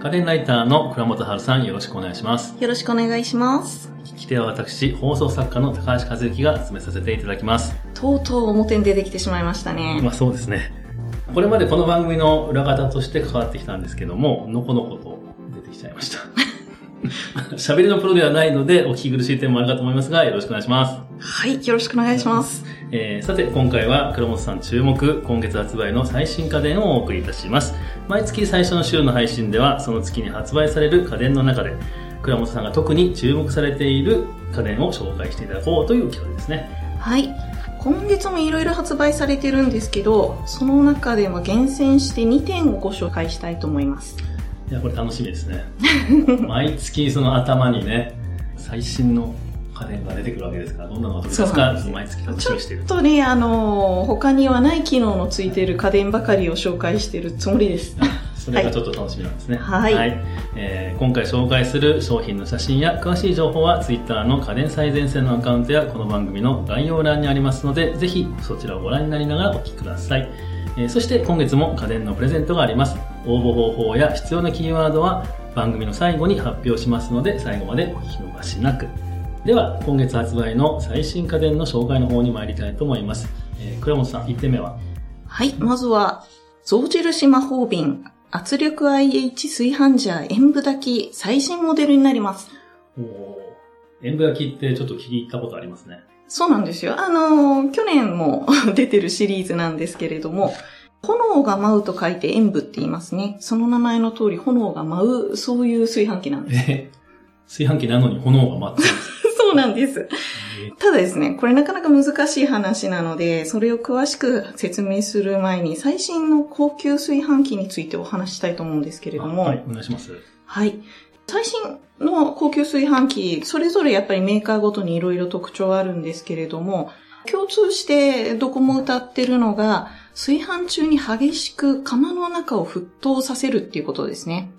家電ライターの倉本春さん、よろしくお願いします。よろしくお願いします。聞き手は私、放送作家の高橋和之が務めさせていただきます。とうとう表に出てきてしまいましたね。まあそうですね。これまでこの番組の裏方として関わってきたんですけども、のこのこと出てきちゃいま した。喋りのプロではないので、お聞き苦しい点もあるかと思いますが、よろしくお願いします。はい、よろしくお願いします。えーさて今回は黒本さん注目今月発売の最新家電をお送りいたします毎月最初の週の配信ではその月に発売される家電の中で倉本さんが特に注目されている家電を紹介していただこうという企画ですねはい。今月もいろいろ発売されてるんですけど、その中でも厳選して2点をご紹介したいと思います。いやこれ楽しみです ね毎月その頭にね最新の家電が出てくるわけですからどんなのが出てくるそうなかんです毎月楽しみにしているとね、あのー他にはない機能のついている家電ばかりを紹介してるつもり です。それがちょっと楽しみなんですね。はいえー今回紹介する商品の写真や詳しい情報は Twitter の家電最前線のアカウントやこの番組の概要欄にありますので、ぜひそちらをご覧になりながらお聞きください。えーそして今月も家電のプレゼントがあります。応募方法や必要なキーワードは番組の最後に発表しますので、最後までお聞き逃しなく。では、今月発売の最新家電の紹介の方に参りたいと思います。えー倉本さん、1点目ははい、まずは、象印魔法瓶、圧力 IH 炊飯ジャー塩分炊き最新モデルになります。おお。演武焼きってちょっと聞いたことありますね。そうなんですよ。あのー、去年も 出てるシリーズなんですけれども、炎が舞うと書いて演舞って言いますね。その名前の通り炎が舞う、そういう炊飯器なんです。え炊飯器なのに炎が待ってる。 そうなんです。ただですね、これなかなか難しい話なので、それを詳しく説明する前に、最新の高級炊飯器についてお話ししたいと思うんですけれあども、はい、お願いします。はい。最新の高級炊飯器、それぞれやっぱりメーカーごとにいろいろ特徴はあるんですけれども、共通してどこも歌ってるのが、炊飯中に激しく釜の中を沸騰させるっていうことですね。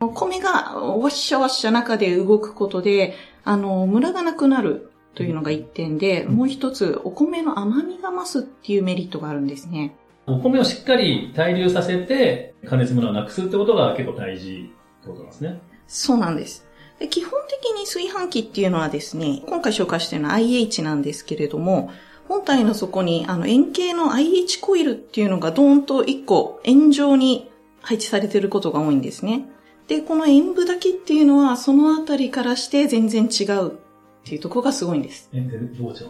お米がわっしゃわっしゃ中で動くことで、あの、ムラがなくなるというのが一点で、もう一つ、お米の甘みが増すっていうメリットがあるんですね。お米をしっかり対流させて、加熱ムラをなくすってことが結構大事ってことなんですね。そうなんです。で基本的に炊飯器っていうのはですね、今回紹介しているのは IH なんですけれども、本体の底にあの円形の IH コイルっていうのがドーンと1個円状に配置されていることが多いんですね。で、この円部炊きっていうのはそのあたりからして全然違うっていうところがすごいんです。え、でどう違うんですか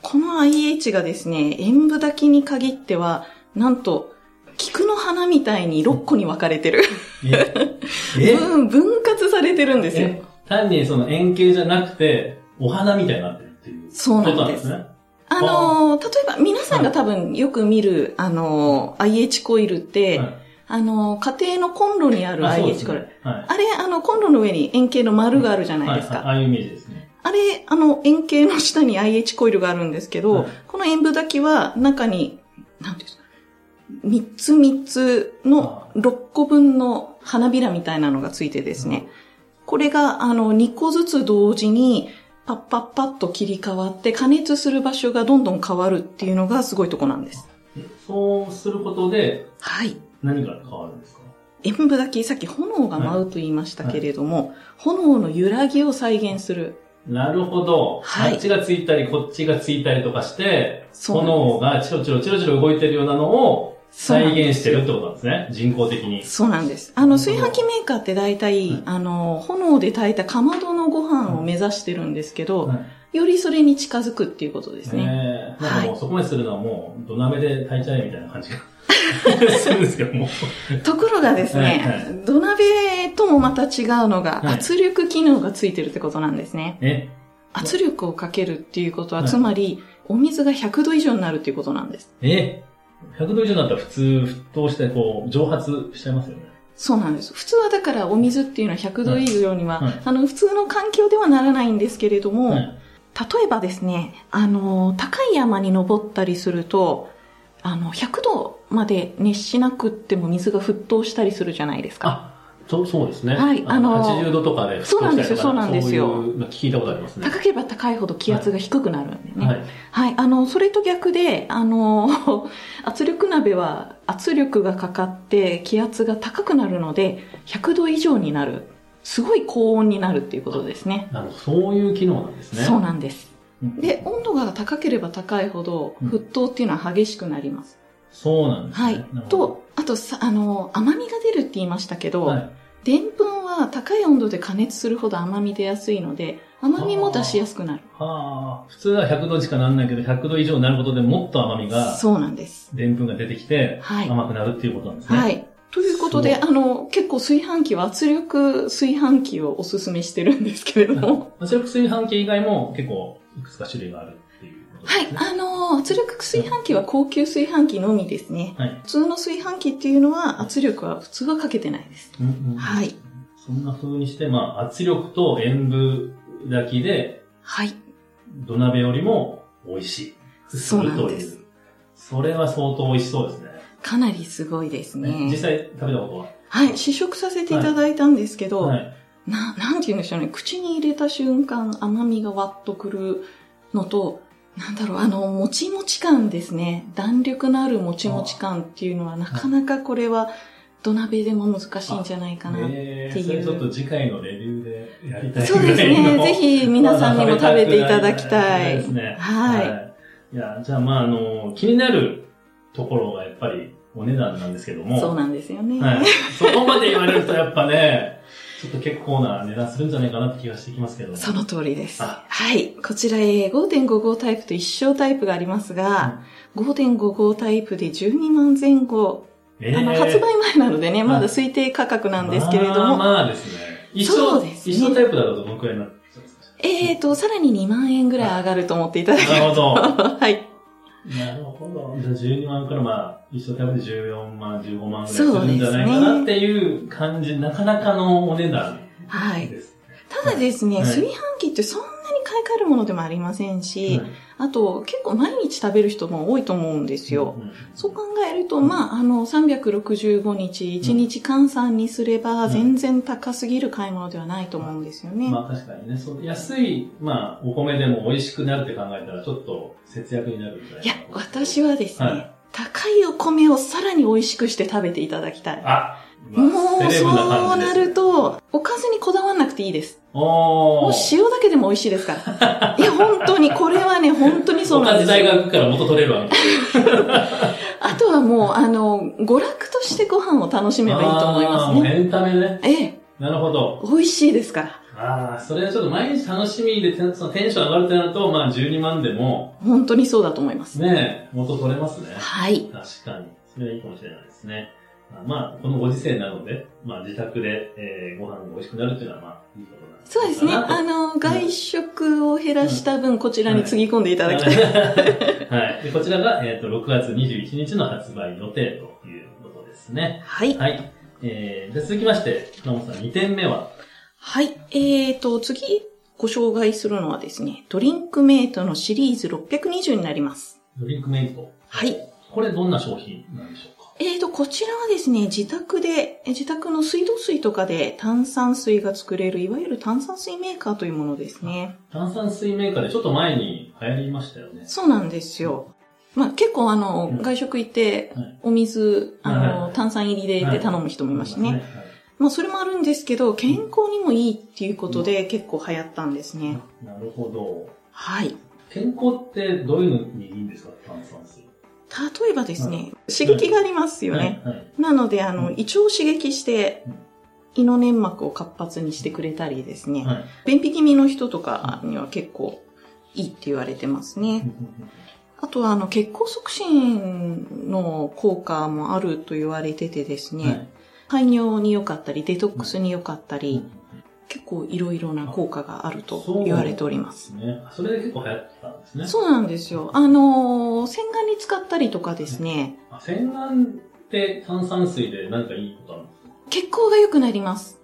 この IH がですね、演舞炊きに限っては、なんと、菊の花みたいに6個に分かれてる。 ええうん、分割されてるんですよ。え単にその円形じゃなくて、お花みたいになってるっていうそうことなんなんでですす。ね。あのー例えば皆さんが多分よく見る、あのー IH コイルって、はいあのー家庭のコンロにあるあそうで IH すコイル。ねはいあれ、あの、コンロの上に円形の丸があるじゃないですはいか。はいああいうイメージですね。あれ、あの、円形の下に IH コイルがあるんですけど、はいこの円部炊きは中に、なんていうんですか、3つ3つの6個分の花びらみたいなのがついてですね、これが、あの、2個ずつ同時に、パッパッパッと切り替わって、加熱する場所がどんどん変わるっていうのがすごいとこなんです。そうすることで、はい。何が変わるんですか塩分炊き、さっき炎が舞うと言いましたけれども、炎の揺らぎを再現する。なるほど。はいあっちがついたり、こっちがついたりとかして、そうなんです炎がチロチロチロチロ動いてるようなのをそうなんです再現してるってことなんですね。人工的に。そうなんです。あの、炊飯器メーカーって大体、はいあの、炎で炊いたかまどのご飯を目指してるんですけど、はいよりそれに近づくっていうことですね。ねえなんかもはうそこまでするのはもう、土鍋で炊いちゃえみたいな感じ がするんですけども。ところがですはいね、土鍋ともまた違うのが、はい圧力機能がついてるってことなんですね。え、圧力をかけるっていうことは、はいつまり、お水が100度以上になるっていうことなんです。え、100度以上になったら普通沸騰してこう蒸発しちゃいますよね。そうなんです。普通はだからお水っていうのは100度以上には、はいはいあの、普通の環境ではならないんですけれども、はい例えばですね、あの、高い山に登ったりすると、あの、100度まで熱しなくっても水が沸騰したりするじゃないですか。あ、そう、そうですね。はいあの、あの80度とかで沸騰そうなんですよしたりとかそうなんですよそういうの聞いたことありますね。高ければ高いほど気圧が低くなるんでね。は。はいい。あの、それと逆で、あの、圧力 鍋は圧力がかかって気圧が高くなるので100度以上になるすごい高温になるっていうことですねなるほどそういう機能なんですね。そうなんですうんで温度が高ければ高いほどうん沸騰っていうのは激しくなります、そうなんですね。はいなるほど、とあとさあの甘みが出るって言いましたけど、はい、でんぷんは高い温度で加熱するほど甘み出やすいので甘みも出しやすくなるはあ、普通は100度しかなんないけど、100度以上になることでもっと甘みが、そうなんですでんぷんが出てきて、はい甘くなるっていうことなんですね。。はい いということで、すあの、結構炊飯器は圧力炊飯器をおすすめしてるんですけれども。圧力炊飯器以外も結構いくつか種類があるっていうことではいす、ね。あの、圧力炊飯器は高級炊飯器のみですね。はい。普通の炊飯器っていうのは圧力は普通はかけてないです。うんうんはい。そんな風にして、まあ、圧力と塩分炊きで、はい。土鍋よりも美味しい。そうなんでするという。それは相当美味しそうですね。かなりすごいですね実ね。際食べたこはい、試食させていただいたんですけとど、は。はい。な、なんて言うんでしょうね。口に入れた瞬間、甘みがわっとくるのと、なんだろう、あの、もちもち感ですね。弾力のあるもちもち感っていうのは、なかなかこれは、土鍋でも難しいんじゃないかな。えっていー、うそれちょっと次回のレビューでやりたいそうです ぐらいね。のぜひ皆さんにも食べていただきたでいす。ね。はいい。いや、じゃあまあ、あの、気になるところがやっぱりお値段なんですけども。そうなんですよね。はい。そこまで言われるとやっぱね、ちょっと結構な値段するんじゃないかなって気がしてきますけど。その通りです。あはい。こちらえー5.55タイプと一生タイプがありますが、5.55タイプで12万前後。えーあの、発売前なのでね、はいまだ推定価格なんですけれども、まあまあですね。一そ緒、うですね一緒タイプだとどのくらいになっちゃうんですかえーと、さらに2万円ぐらい上がると思っていただけなるほど。ば、 はい。なるほど。じゃあ12万からまあ、一緒タイプで14万、15万ぐらいすそうですねるんじゃないかなっていう感じ、なかなかのお値段はい。です。ただですね、はい炊飯器ってそんなに買い替えるものでもありませんし、はいあと、結構毎日食べる人も多いと思うんですよ。うんそう考えると、まあ、あの、365日、1日換算にすれば、うん全然高すぎる買い物ではないと思うんですよね。まあ確かにね、そう安い、まあ、お米でも美味しくなるって考えたら、ちょっと節約になるんじゃないいやかな、私はですね、はい高いお米をさらに美味しくして食べていただきたい。あ、まあもう、セレそブな感うじでなすると、おかずにこだわらなくていいです。もおうー。塩だけでも美味しいですから。 いや、本当に、これはね、本当にそうおなんかでずす大よ。学から元取れるわけですあとはもう、あの、娯楽としてご飯を楽しめばいいと思いあーますもうね。エンタメね。ええ、なるほど。美味しいですから。ああ、それはちょっと毎日楽しみで、てそのテンション上がるってなると、まあ12万でも、本当にそうだと思います。ねえ、元取れますね。はい。確かに。それはいいかもしれないですね。まあまあ、このご時世なので、まあ自宅で、えーご飯が美味しくなるっていうのは、まあ、いいことなんそうですね。かなとあの、外食を減らした分、こちらにつぎ込んでいただきたい。はい。でこちらが、えっ、と、6月21日の発売予定ということですね。はい。はい。えー、じゃあ続きまして、花本さん、2点目は、はい。えーと、次、ご紹介するのはですね、ドリンクメイトのシリーズ620になります。ドリンクメイト。はい。これどんな商品なんでしょうかえーと、こちらはですね、自宅で、え自宅の水道水とかで炭酸水が作れる、いわゆる炭酸水メーカーというものですね。炭酸水メーカーでちょっと前に流行りましたよね。そうなんですよ。まあ、結構あの、うん外食行ってはい、お水、あはの、い炭酸入りでって頼む人もいましたね。はい。まあそれもあるんですけど、健康にもいいっていうことで結構流行ったんですね。なるほど。はい。健康ってどういうのにいいんですか炭酸水。例えばですね、刺激がありますよね。はい。はいなので、あの、うん胃腸を刺激してうん、胃の粘膜を活発にしてくれたりですね、はい。便秘気味の人とかには結構いいって言われてますね。あとは、あの、血行促進の効果もあると言われててですね、はい排尿に良かったり、デトックスに良かったり、結構いろいろな効果があると言われております。そうなんですね。それで結構流行ったんですね。そうなんですよ。あのー洗顔に使ったりとかですね、あ洗顔って炭酸水で何かいいことあるんですか血行が良くなります。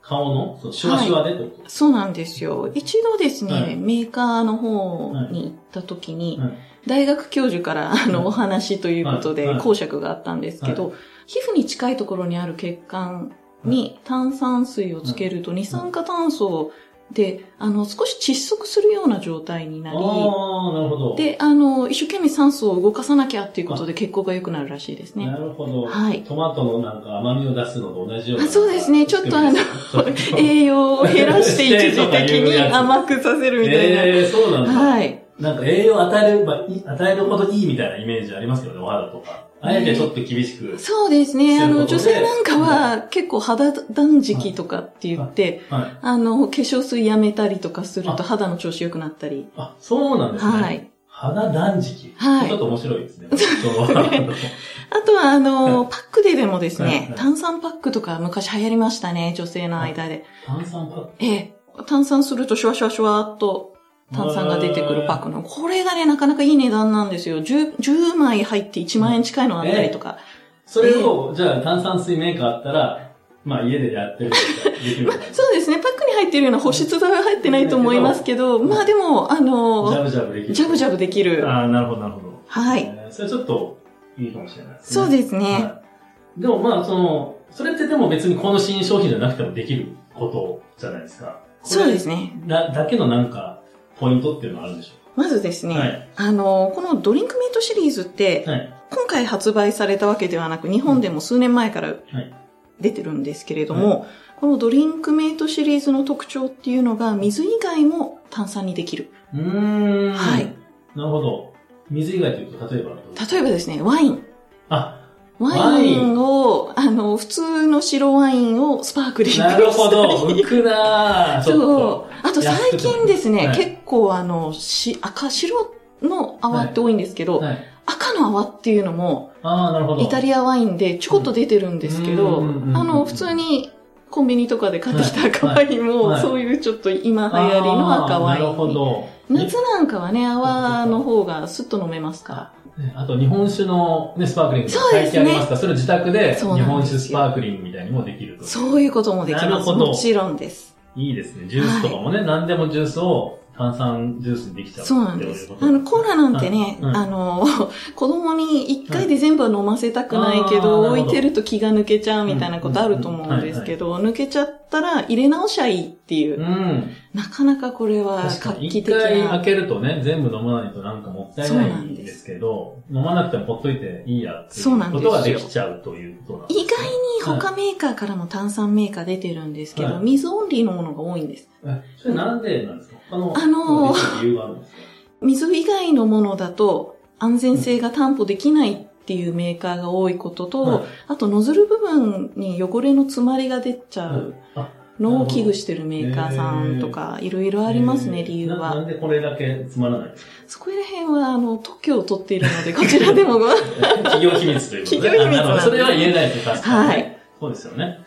顔のそのシュワシュワでってこそうなんですよ。一度ですね、はいメーカーの方に行った時に、はい大学教授からあはいのお話ということはでいはい講釈があったんですけど、皮膚に近いところにある血管に炭酸水をつけると二酸化炭素をで、あの、少し窒息するような状態になり、ああ、なるほど。で、あの、一生懸命酸素を動かさなきゃっていうことで血行が良くなるらしいですねな。るほど。はい。トマトのなんか甘みを出すのと同じような。あそうですねちょっとあのちょっと 栄養を減らして一時的 に甘くさせるみたいな。ええそうなんだ。はい。なんか栄養を与えればいい、与えるほどいいみたいなイメージありますよね、お肌とか。あえてちょっと厳しく。そうですね。あの、そういう女ことで性なんかは結構肌断食とかって言って、はい。あの、化粧水やめたりとかするとあ肌の調子良くなったり。あ、そうなんですね。はい。肌断食。はいちょっと面白い ですね。そのあとは、あの、パックででもですはいはねい、炭酸パックとか昔流行りましたね、女性の間で。炭酸パック。ええ、炭酸するとシュワシュワシュワっと炭酸が出てくるパックの。これがね、なかなかいい値段なんですよ。10, 10枚入って1万円近いのあったりとか。それを、じゃあ炭酸水メーカーあったら、まあ家でやってる人ができるみたいな。 そうですね、パックに入ってるような保湿剤は入ってないと思いますけど、まあでも、あジャの、ブジャブできる。ジャブジャブできる。ああ、なるほど、なるほど。はい。えーそれちょっといいかもしれないですね。そうですね。はいでもまあ、その、それってでも別にこの新商品じゃなくてもできることじゃないですか。。そうですすね。だ、だけのなんか、ポイントっていうのはあるんでしょまずですうね、かはい。あの、このドリンクメイトシリーズって、はい。今回発売されたわけではなく、日本でも数年前からはい。出てるんですけれども、このドリンクメイトシリーズの特徴っていうのが、水以外も炭酸にできる。うーん。はい。なるほど。水以外というと、例えば。例えばですね、ワイン。あ、ワインを、あの、普通の白ワインをスパークリングしたなり。るほど。浮くなぁ。ちょっと。 そう。あと最近ですね、はい結構あの、し、赤、白の泡って多いんですけど、はい。赤の泡っていうのも、ああ、なるほど。イタリアワインでちょこっと出てるんですけど、うんうんうんうんあの、普通にコンビニとかで買ってきた赤ワインも、はいはいそういうちょっと今流行りの赤ワインあーなるほど。夏なんかはね、泡の方がスッと飲めますから。ねあと日本酒の、ね、スパークリングそうです最ね近ありますから、それを自宅で日そうなん本です酒よスパークリングみたいにもできると。そういうこともできなまるす。ほどもちろんです。いいですね。ジュースとかもね、何でもジュースを炭酸ジュースにできちゃう。そうなんですってい。うこあとの、コーラなんてね、うんうんあの、 子供に一回で全部は飲ませたくないけど、うんあー置いてると気が抜けちゃうみたいなことあると思うんですけど、抜けちゃったら入れ直しゃいいっていうう、ん。なかなかこれは確か画に。期一的回開な。けるとね、全部飲まないとなんかもったいないんですけど、飲まなくてもほっといていいやっていそうなうんこですとよができちゃうということなんです、ね。意外に他メーカーからも炭酸メーカー出てるんですけど、はい水オンリーのものが多いんです。えそれなんでなんですかあの、あのー理由があるんですか水以外のものだと安全性が担保できないっていうメーカーが多いことと、はいあとノズル部分に汚れの詰まりが出ちゃうあのを危惧してるメーカーさんとか、いろいろありますね、理由ななは。んでこれだけつまらないんですか そこら辺は、あの、特許を取っているので、こちらでもご、企業秘密ということで。企業秘密あななんでるほどそれは言えないと確かに。はい。そうですよね。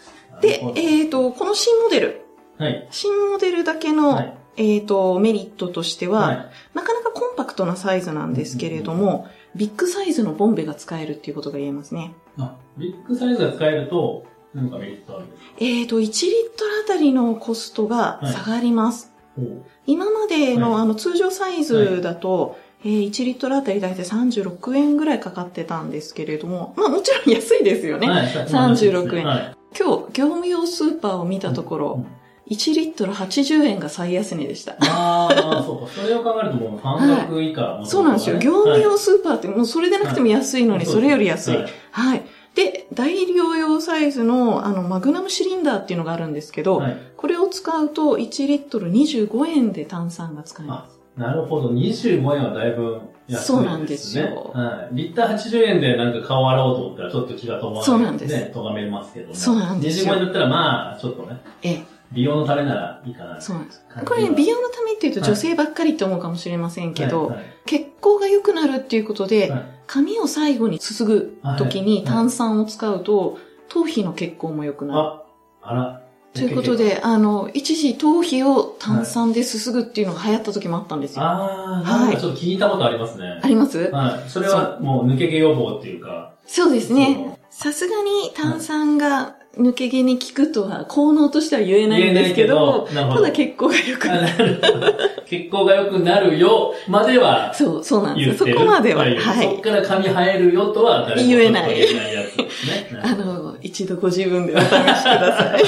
でなるほ、どえっ、と、この新モデル、はい。新モデルだけの、はいえっ、と、メリットとしては、はいなかなかコンパクトなサイズなんですけれども、ビッグサイズのボンベが使えるっていうことが言えますね。あビッグサイズが使えると、なんかメリットあるんですかえっ、と、1リットルあたりのコストが下がります。ほう今までの,、はあの通常サイズだと、えー1リットルあたり大体36円ぐらいかかってたんですけれども、まあもちろん安いですよね。はい、 36円はい。今日、業務用スーパーを見たところ、1リットル80円が最安値でした。ああ、そうか。それを考えるともう半額以下、そうなんですよ。業務用スーパーってもうそれでなくても安いのに、それより安い。はい。で、大量用サイズの、あの、マグナムシリンダーっていうのがあるんですけど、はいこれを使うと1リットル25円で炭酸が使えます。なるほど。25円はだいぶ安いですね。そうなんですよはい。リッター80円でなんか顔洗おうと思ったらちょっと気が止まらない。そうなんですね、咎めますけどね。そうなんですよ25円だったらまあ、ちょっとね、ええ、美容のためならいいかな。そうなんです。これね、美容のためっていうと女性ばっかりって思うかもしれませんけど、はいはい血行が良くなるっていうことで、はい髪を最後にすすぐ時はいに炭酸を使うと、頭皮の血行も良くなる。あ、あら。ということで、あの、一時頭皮を炭酸ですすぐっていうのが流行った時もあったんですよ。ああ、なんかちょっと聞いたことありますね。ありますはい。それはもう抜け毛予防っていうか。そうですね。さすがに炭酸が抜け毛に効くとは、効能としては言えないんですけど、言えないけどなるほたどだ血行が良くあ なる。なるほど血行が良くなるよまではそう、そうなん言でっす。そてる。こまでは。いはそっい。から髪生えるよとは誰も言えない言えないやつですね。なるあほどの、一度ご自分でお試しください。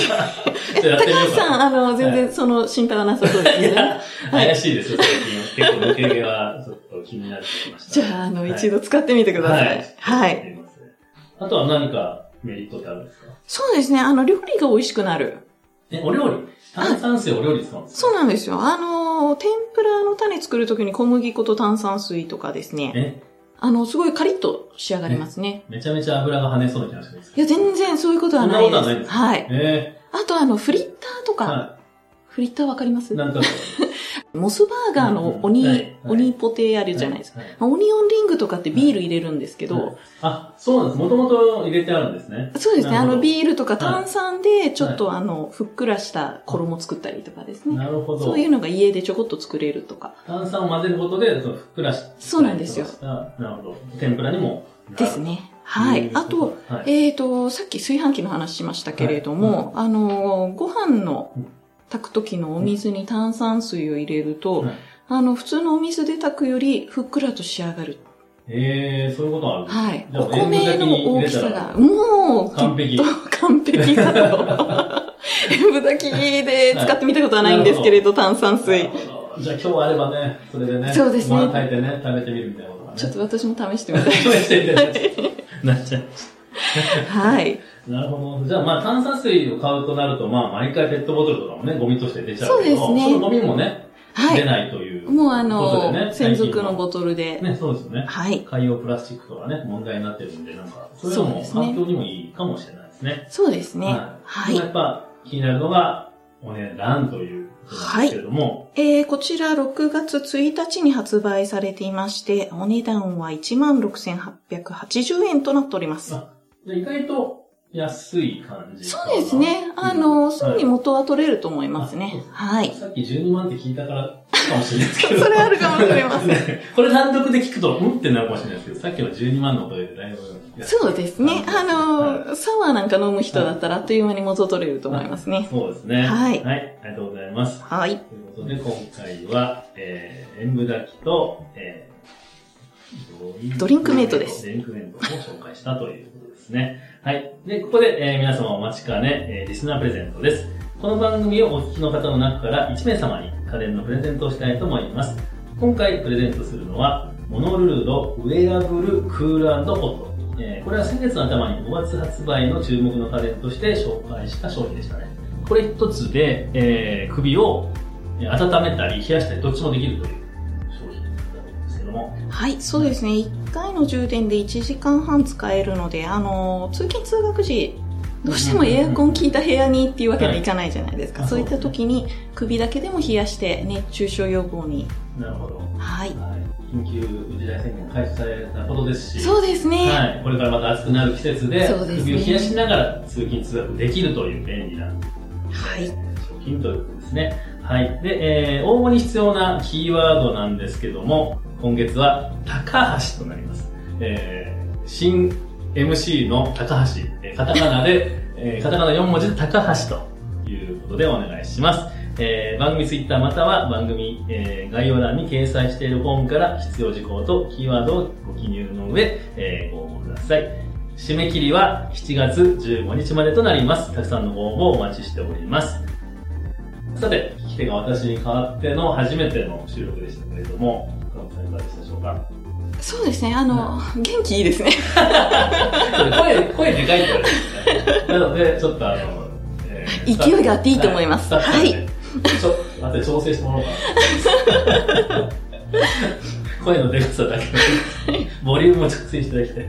え、じゃあや高ってみよう橋さん、あの、全然その心配はなさそうですね。怪しいですよ、最近。結構抜け毛はちょっと気になってきました。 じゃあ、あの、はい一度使ってみてください。はやっい。てみますあとは何かメリットってあるんですかそうですね。あの、料理が美味しくなる。ね、お料理炭酸水お料理使うんですかそうなんですよ。あの、天ぷらの種作るときに小麦粉と炭酸水とかですね。え、あの、すごいカリッと仕上がりますね。めちゃめちゃ油が跳ねそうな気がしますい。や、全然そういうことはないそです。んなことはないですはい。えあと、あの、フリッターとー、か、はフリッターわかりますい。なんとか。モスバーガーの鬼、うんはいはい鬼ポテあるじゃないですか。か。はいまあオニオンリングとかってビール入れるんですけど、はいあ、そうなんです。もともと入れてあるんですね。そうですね。なあるほどの、ビールとか炭酸で、ちょっと、あの、ふっくらした衣作ったりとかですね。なるほど。そういうのが家でちょこっと作れるとか。炭酸を混ぜることで、そのふっくらした。そうなんですよなるほど。天ぷらにも。です。ね。はい。あと、、はい、えっ、と、さっき炊飯器の話しましたけれども、あの、ご飯のうん炊く時のお水に炭酸水を入れると、はいあの、普通のお水で炊くよりふっくらと仕上がる。えー、そういうことあるんですねはい。じゃあお米の大きさが、もう、完璧きっと完璧だと。塩分炊きで使ってみたことはないんですけれど、炭酸なる水。ほどじゃあ今日あればね、それでね、そうですねご飯炊いてね、食べてみるみたいなことがね。ちょっと私も試してみたい。 そうしてみてねなっちゃう。はい。なるほど。じゃあまあ炭酸水を買うとなると、まあ毎回ペットボトルとかもね、ゴミとして出ちゃうけど、そうですねのゴミもね、は出い。ないということでね。もうあの、専属のゴボトルで。ね、そうですよね。はい。海洋プラスチックとかね、問題になってるんで、なんか、そういうのそうもですね環境にもいいかもしれないですね。そうですね。は。はいいでもやっぱ気になるのが、お値段ということなんですけれども、えーこちら6月1日に発売されていまして、お値段は16,880円となっております。あで意外と安い感じ。そうです。ね。あの、すぐに元は取れると思いますね。はい。さっき12万って聞いたからかもしれないですけそど。れあるかもしれません。ね これ単独で聞くと、うんってなるかもしれないですけど、さっきの12万のおかげでだいぶ安い。そうですね。あの、はサワーなんか飲む人だったらあっという間に元取れると思いますね。そうですね。はいはい。ありがとうございます。はい。ということで、今回は、えー、塩分炊きと、えードリンクメイトですドリンクメイトを紹介したということですね。はい。で、ここで、えー皆様お待ちかね、えーリスナープレゼントです。この番組をお聞きの方の中から1名様に家電のプレゼントをしたいと思います。今回プレゼントするのは、モノルルドウェアブルクールポット。えーこれは先月の頭に5月発売の注目の家電として紹介した商品でしたね。これ一つで、えー首をえー温めたり冷やしたりどっちもできるという商品だと思うんですけども、はい、そうですね。1回の充電で1時間半使えるので、あの、通勤通学時、どうしてもエアコン効いた部屋にっていうわけにはいかないじゃないですか。はいそういった時に首だけでも冷やして熱中症予防に。なるほど。はい。はい、緊急事態宣言が解除されたことですし、そうですね。はい、これからまた暑くなる季節でそうですね首を冷やしながら通勤通学できるという便利なはい。商品ということですね。はい。で、えー応募に必要なキーワードなんですけども、今月は高橋となります。えー新 MC の高橋、えーカタカナで、えーカタカナ4文字で高橋ということでお願いします。えー番組ツイッターまたは番組、えー概要欄に掲載しているフォームから必要事項とキーワードをご記入の上、えーご応募ください。締め切りは7月15日までとなります。たくさんのご応募をお待ちしております。さて、聞き手が私に代わっての初めての収録でしたけれども、倉本さんいかがでしたでしょうかそうですね。あの、元気いいですね。 声、声でかいって言われてるんですね。なので、ちょっとあの、え勢いがあっていいと思いますスタッフなんでちょっと、後で調整してもらおうか な。声の出方だけで、ボリュームを調整していただきたい。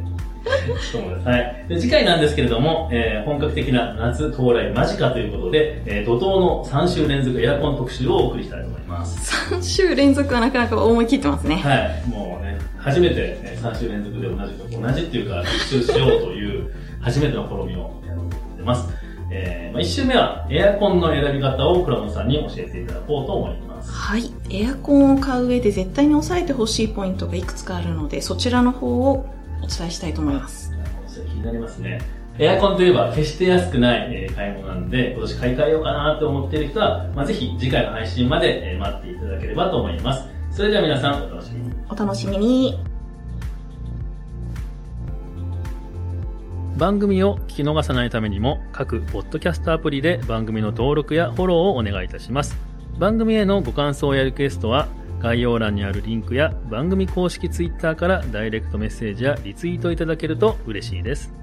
と思いますはい、で次回なんですけれども、えー本格的な夏到来間近ということで、えー怒涛の3週連続エアコン特集をお送りしたいと思います。 3週連続はなかなか思い切ってますね。はい、もうね、初めて、ね、3週連続で同じと、同じっていうか、一周しようという、初めての試みをやろうと思ってます。えーまあ、1週目は、エアコンの選び方を倉本さんに教えていただこうと思います。はい。エアコンを買う上で絶対に押さえてほしいポイントがいくつかあるので、そちらの方をお伝えしたいと思います。なるほどそれ気になりますね。エアコンといえば決して安くないえー買い物なんで、今年買い替えようかなと思っている人は、まあ、ぜひ次回の配信までえー待っていただければと思います。それでは皆さんお楽しみに。お楽しみに。番組を聞き逃さないためにも各ポッドキャストアプリで番組の登録やフォローをお願いいたします番組へのご感想やリクエストは概要欄にあるリンクや番組公式 Twitter からダイレクトメッセージやリツイートいただけると嬉しいです